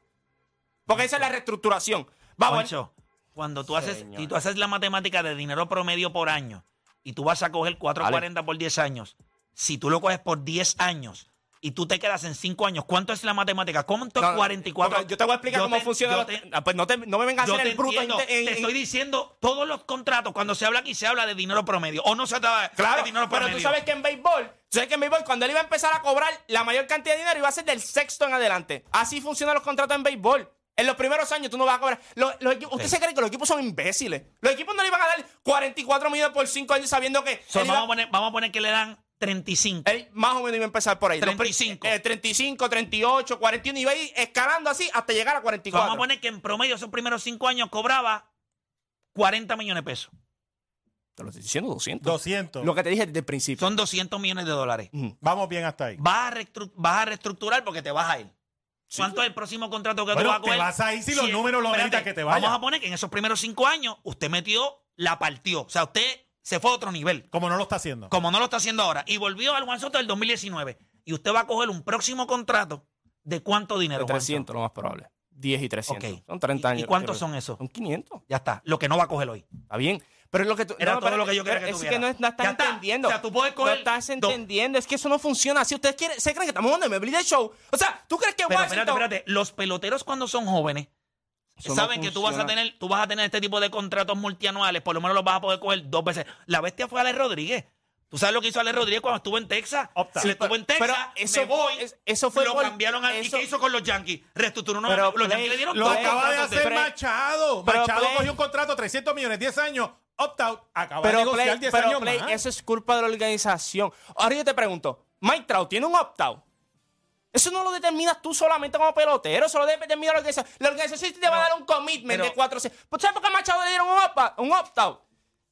[SPEAKER 4] Porque esa es la reestructuración. Vamos,
[SPEAKER 1] Juancho, cuando tú haces,
[SPEAKER 4] Señor.
[SPEAKER 1] si tú haces la matemática de dinero promedio por año y tú vas a coger 440 por 10 años, si tú lo coges por 10 años y tú te quedas en 5 años, ¿cuánto es la matemática? ¿Cuánto es
[SPEAKER 4] No, no,
[SPEAKER 1] 44?
[SPEAKER 4] porque Yo te voy a explicar
[SPEAKER 1] Yo
[SPEAKER 4] cómo
[SPEAKER 1] te-
[SPEAKER 4] funciona.
[SPEAKER 1] yo
[SPEAKER 4] los-
[SPEAKER 1] te-
[SPEAKER 4] Ah, pues no, te- no me vengas a
[SPEAKER 1] yo
[SPEAKER 4] hacer
[SPEAKER 1] te
[SPEAKER 4] el bruto.
[SPEAKER 1] entiendo,
[SPEAKER 4] en- en-
[SPEAKER 1] te estoy diciendo, todos los contratos, cuando se habla aquí, se habla de dinero promedio. O no se habla
[SPEAKER 4] Claro,
[SPEAKER 1] de dinero promedio.
[SPEAKER 4] pero tú sabes que en béisbol, tú sabes que en béisbol, cuando él iba a empezar a cobrar la mayor cantidad de dinero, iba a ser del sexto en adelante. Así funcionan los contratos en béisbol. En los primeros años tú no vas a cobrar. Los, los equipos, ¿Usted
[SPEAKER 1] Sí.
[SPEAKER 4] se cree que los equipos son imbéciles? Los equipos no le iban a dar 44 millones por 5 años sabiendo que.
[SPEAKER 1] So,
[SPEAKER 4] él iba-
[SPEAKER 1] vamos, a poner, vamos a poner que le dan 35.
[SPEAKER 4] él más o menos iba a empezar por ahí.
[SPEAKER 1] 35.
[SPEAKER 4] Eh, 35, 38, 41. Iba a ir escalando así hasta llegar a 44.
[SPEAKER 1] Vamos a poner que en promedio esos primeros 5 años cobraba 40 millones de pesos.
[SPEAKER 4] Te lo estoy diciendo 200.
[SPEAKER 6] 200.
[SPEAKER 4] Lo que te dije desde el principio.
[SPEAKER 1] Son 200 millones de dólares.
[SPEAKER 6] Vamos bien hasta ahí.
[SPEAKER 1] vas a, reestru- vas a reestructurar porque te vas a ir. ¿Cuánto es el próximo contrato que tú
[SPEAKER 6] Bueno,
[SPEAKER 1] vas a
[SPEAKER 6] te
[SPEAKER 1] coger?
[SPEAKER 6] vas a ir si los
[SPEAKER 1] Cien-
[SPEAKER 6] números lo
[SPEAKER 1] Espérate,
[SPEAKER 6] ameritan que te vayas.
[SPEAKER 1] Vamos a poner que en esos primeros cinco años usted metió, la partió. O sea, usted se fue a otro nivel,
[SPEAKER 6] Como no lo está haciendo.
[SPEAKER 1] como no lo está haciendo ahora. Y volvió al Juan Soto del 2019. Y usted va a coger un próximo contrato de cuánto dinero,
[SPEAKER 4] De
[SPEAKER 1] Juan
[SPEAKER 4] 300, lo más probable. 10 y 300.
[SPEAKER 1] Ok.
[SPEAKER 4] Son 30
[SPEAKER 1] ¿Y- y
[SPEAKER 4] años.
[SPEAKER 1] cuántos
[SPEAKER 4] creo.
[SPEAKER 1] son esos?
[SPEAKER 4] Son 500.
[SPEAKER 1] Ya está, lo que no va a coger hoy.
[SPEAKER 4] Está bien. Pero es lo que tú.
[SPEAKER 1] Era
[SPEAKER 4] no,
[SPEAKER 1] todo
[SPEAKER 4] pero-
[SPEAKER 1] lo que yo quería que
[SPEAKER 4] es
[SPEAKER 1] tuviera.
[SPEAKER 4] que no, no estás
[SPEAKER 1] Ya está.
[SPEAKER 4] entendiendo.
[SPEAKER 1] O sea, tú puedes
[SPEAKER 4] No
[SPEAKER 1] coger
[SPEAKER 4] estás
[SPEAKER 1] dos-
[SPEAKER 4] entendiendo. Es que eso no funciona. Si ustedes quieren, se creen que estamos en el Everyday Show. O sea, ¿tú crees que
[SPEAKER 1] Pero
[SPEAKER 4] Washington-
[SPEAKER 1] espérate, espérate. Los peloteros cuando son jóvenes
[SPEAKER 4] Eso no
[SPEAKER 1] saben que tú vas a
[SPEAKER 4] funciona.
[SPEAKER 1] tener, tú vas a tener este tipo de contratos multianuales, por lo menos los vas a poder coger dos veces. La bestia fue Alex Rodríguez. ¿Tú sabes lo que hizo Alex Rodríguez cuando estuvo en Texas?
[SPEAKER 6] Opta.
[SPEAKER 1] Se
[SPEAKER 6] Sí,
[SPEAKER 1] estuvo en Texas,
[SPEAKER 4] pero eso-
[SPEAKER 1] me voy,
[SPEAKER 4] es- eso fue
[SPEAKER 1] lo
[SPEAKER 4] por-
[SPEAKER 1] cambiaron al, ¿Y
[SPEAKER 4] eso-
[SPEAKER 1] qué hizo con los Yankees? Reestructuró una...
[SPEAKER 4] Pero,
[SPEAKER 1] los Yankees
[SPEAKER 4] Play,
[SPEAKER 1] le dieron
[SPEAKER 6] Lo
[SPEAKER 1] dos
[SPEAKER 4] Play,
[SPEAKER 6] acaba de
[SPEAKER 1] contratos
[SPEAKER 6] hacer
[SPEAKER 4] Play.
[SPEAKER 6] Machado.
[SPEAKER 4] Pero
[SPEAKER 6] Machado
[SPEAKER 4] Play-
[SPEAKER 6] cogió un contrato de 300 millones, 10 años, opt-out. Acaba de
[SPEAKER 4] Pero,
[SPEAKER 6] negociar
[SPEAKER 4] Play,
[SPEAKER 6] 10
[SPEAKER 4] pero
[SPEAKER 6] años
[SPEAKER 4] Play,
[SPEAKER 6] más.
[SPEAKER 4] eso es culpa de la organización. Ahora yo te pregunto, Mike Trout tiene un opt-out. Eso no lo determinas tú solamente como pelotero, eso lo determina la organización. La organización te va a dar un commitment
[SPEAKER 1] pero-
[SPEAKER 4] de 400. ¿Pues ¿Sabes por qué a Machado le dieron un opt-out? un opt-out?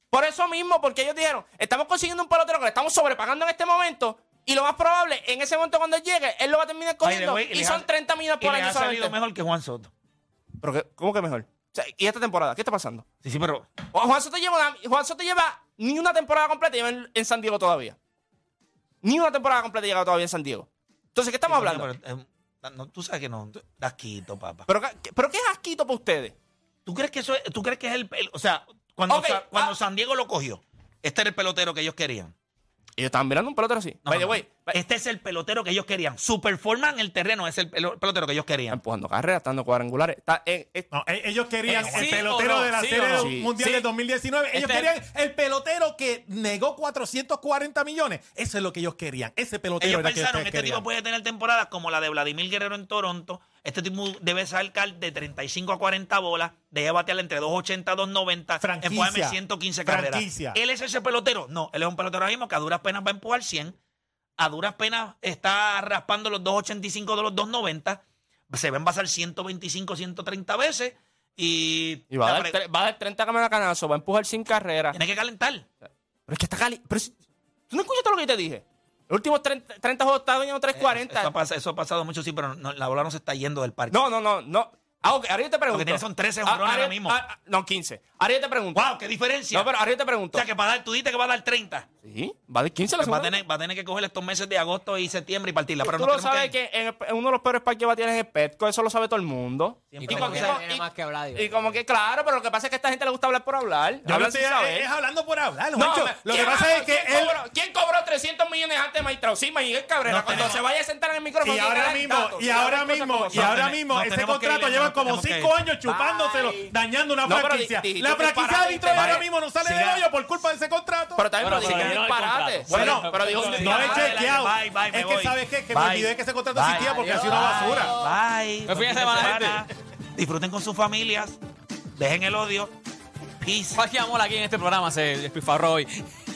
[SPEAKER 4] Por eso mismo, porque ellos dijeron, estamos consiguiendo un pelotero que le estamos sobrepagando en este momento y lo más probable, en ese momento cuando él llegue, él lo va a terminar
[SPEAKER 1] By the
[SPEAKER 4] cogiendo
[SPEAKER 1] way,
[SPEAKER 4] y
[SPEAKER 1] les
[SPEAKER 4] son
[SPEAKER 1] ha-
[SPEAKER 4] 30 millones
[SPEAKER 1] y
[SPEAKER 4] por
[SPEAKER 1] les
[SPEAKER 4] año
[SPEAKER 1] ha salido
[SPEAKER 4] solamente.
[SPEAKER 1] mejor que Juan Soto.
[SPEAKER 4] Pero que- ¿Cómo que mejor? O sea, ¿Y esta temporada? ¿Qué está pasando?
[SPEAKER 1] Sí, sí, pero...
[SPEAKER 4] O- Juan Soto lleva, una- Juan Soto lleva ni una temporada completa lleva en, en San Diego todavía. Ni una temporada completa lleva todavía en San Diego. Entonces, ¿qué estamos hablando? Pero,
[SPEAKER 1] pero, eh, no, tú sabes que no. Dasquito, papá.
[SPEAKER 4] qué- pero qué es asquito para ustedes?
[SPEAKER 1] ¿Tú crees que eso es, tú crees que es el, el- o sea, cuando,
[SPEAKER 4] Ok,
[SPEAKER 1] Sa- cuando
[SPEAKER 4] ah.
[SPEAKER 1] San Diego lo cogió, este era el pelotero que ellos querían.
[SPEAKER 4] Ellos estaban mirando un pelotero así.
[SPEAKER 1] No, no,
[SPEAKER 4] By the
[SPEAKER 1] no.
[SPEAKER 4] way, by-
[SPEAKER 1] Este es el pelotero que ellos querían. Su performance en el terreno es el pelo- pelotero que ellos
[SPEAKER 4] está
[SPEAKER 1] querían.
[SPEAKER 4] empujando carreras, está dando cuadrangulares. Está, eh, eh,
[SPEAKER 6] No, e- ellos querían
[SPEAKER 4] Eh,
[SPEAKER 6] el
[SPEAKER 4] ¿sí
[SPEAKER 6] pelotero
[SPEAKER 4] o no?
[SPEAKER 6] de la
[SPEAKER 4] ¿Sí
[SPEAKER 6] Serie
[SPEAKER 4] o no?
[SPEAKER 6] del
[SPEAKER 4] Sí,
[SPEAKER 6] Mundial
[SPEAKER 4] sí.
[SPEAKER 6] de 2019. Ellos
[SPEAKER 4] Este-
[SPEAKER 6] querían el pelotero que negó 440 millones. Eso es lo que ellos querían. Ese pelotero
[SPEAKER 1] Ellos
[SPEAKER 6] era que
[SPEAKER 1] pensaron
[SPEAKER 6] ustedes
[SPEAKER 1] que este
[SPEAKER 6] querían.
[SPEAKER 1] tipo puede tener temporadas como la de Vladimir Guerrero en Toronto. Este tipo debe sacar de 35 a 40 bolas, debe batear entre 280 a 290,
[SPEAKER 6] Franquicia.
[SPEAKER 1] empujarme 115 carreras.
[SPEAKER 6] Franquicia.
[SPEAKER 1] ¿Él es ese pelotero? No, él es un pelotero ahora mismo que a duras penas va a empujar 100, a duras penas está raspando los 285 de los 290, se va a envasar 125, 130 veces y,
[SPEAKER 4] y va a,
[SPEAKER 1] la
[SPEAKER 4] dar,
[SPEAKER 1] pre-
[SPEAKER 4] tre- va a dar 30 camiones a canazo, va a empujar sin carreras.
[SPEAKER 1] tiene que calentar.
[SPEAKER 4] Pero es que está cali. Pero si- ¿Tú no escuchaste lo que yo te dije? Los últimos 30, 30 juegos está vendiendo
[SPEAKER 1] Eh, Eso,
[SPEAKER 4] 340.
[SPEAKER 1] ha pas- eso ha pasado mucho, sí, pero no- la bola no se está yendo del parque.
[SPEAKER 4] No, no, no, no. Ah, ok, ahora yo te pregunto.
[SPEAKER 1] tiene son 13
[SPEAKER 4] Ah,
[SPEAKER 1] jonrones
[SPEAKER 4] ahora-
[SPEAKER 1] ahora mismo.
[SPEAKER 4] ah, ah, no, 15. Ahora yo te pregunto.
[SPEAKER 1] ¡Wow! ¡Qué diferencia!
[SPEAKER 4] No, pero ahora yo te pregunto.
[SPEAKER 1] O sea, que para dar, tú dices que va a dar 30.
[SPEAKER 4] Sí, va de 15 a la
[SPEAKER 1] Pues va, a
[SPEAKER 4] segunda.
[SPEAKER 1] tener, va a tener que coger estos meses de agosto y septiembre y partirla. Pero
[SPEAKER 4] Tú
[SPEAKER 1] no
[SPEAKER 4] lo
[SPEAKER 1] tenemos
[SPEAKER 4] sabes que en, en uno de los peores parques de baterías es el Petco, eso lo sabe todo el mundo.
[SPEAKER 3] Y
[SPEAKER 4] Y
[SPEAKER 3] como
[SPEAKER 4] como
[SPEAKER 3] que
[SPEAKER 4] que-
[SPEAKER 3] no tiene
[SPEAKER 4] y-
[SPEAKER 3] más que hablar, digo.
[SPEAKER 4] Y como que, claro, pero lo que pasa es que a esta gente le gusta hablar por hablar.
[SPEAKER 6] Yo
[SPEAKER 4] Hablan
[SPEAKER 6] estoy-
[SPEAKER 4] sin saber.
[SPEAKER 6] es hablando por hablar,
[SPEAKER 4] No,
[SPEAKER 6] eh, Juancho.
[SPEAKER 4] me-
[SPEAKER 6] Lo que
[SPEAKER 4] ¿quién
[SPEAKER 6] pasa es
[SPEAKER 4] habló?
[SPEAKER 6] que
[SPEAKER 4] ¿Quién
[SPEAKER 6] él...
[SPEAKER 4] Cobró, ¿Quién cobró 300 millones antes de Maitrao? Sí, Miguel Cabrera.
[SPEAKER 1] No
[SPEAKER 4] cuando
[SPEAKER 1] tenemos-
[SPEAKER 4] se vaya a sentar en el micrófono.
[SPEAKER 6] Y
[SPEAKER 4] tiene que
[SPEAKER 6] ahora
[SPEAKER 4] dar el
[SPEAKER 6] mismo,
[SPEAKER 4] dato.
[SPEAKER 6] y
[SPEAKER 4] Las
[SPEAKER 6] ahora
[SPEAKER 4] cosas
[SPEAKER 6] mismo,
[SPEAKER 4] como
[SPEAKER 6] y
[SPEAKER 4] son.
[SPEAKER 6] ahora
[SPEAKER 1] Nos
[SPEAKER 6] mismo,
[SPEAKER 1] tenemos
[SPEAKER 6] ese
[SPEAKER 1] que ir,
[SPEAKER 6] contrato
[SPEAKER 1] nos
[SPEAKER 6] lleva como
[SPEAKER 1] tenemos que
[SPEAKER 6] cinco
[SPEAKER 1] ir.
[SPEAKER 6] años chupándoselo,
[SPEAKER 3] Bye.
[SPEAKER 6] dañando una
[SPEAKER 4] No, pero
[SPEAKER 6] franquicia.
[SPEAKER 4] di- di-
[SPEAKER 6] la
[SPEAKER 4] tú
[SPEAKER 6] franquicia
[SPEAKER 4] disparate,
[SPEAKER 6] de Detroit ahora
[SPEAKER 4] vale.
[SPEAKER 6] mismo no sale del
[SPEAKER 1] Siga.
[SPEAKER 6] hoyo por culpa de ese contrato.
[SPEAKER 4] Pero también lo dije que
[SPEAKER 2] pero
[SPEAKER 4] es
[SPEAKER 2] no hay
[SPEAKER 4] disparate.
[SPEAKER 2] contrato.
[SPEAKER 6] Bueno,
[SPEAKER 4] Sí, pero dijo un
[SPEAKER 6] no he
[SPEAKER 4] disparate.
[SPEAKER 6] chequeado.
[SPEAKER 1] Bye, bye, me
[SPEAKER 6] es que
[SPEAKER 1] voy.
[SPEAKER 6] sabes qué, que me
[SPEAKER 1] Bye.
[SPEAKER 6] olvidé que ese contrato
[SPEAKER 1] Bye.
[SPEAKER 6] existía porque ha sido
[SPEAKER 1] que-
[SPEAKER 6] una basura.
[SPEAKER 1] Bye.
[SPEAKER 2] Me fui
[SPEAKER 1] Buen
[SPEAKER 2] de
[SPEAKER 1] fin de
[SPEAKER 2] semana,
[SPEAKER 1] semana. Disfruten con sus familias. Dejen el odio. Peace.
[SPEAKER 2] Jorge Amor aquí en este programa se despifarró hoy.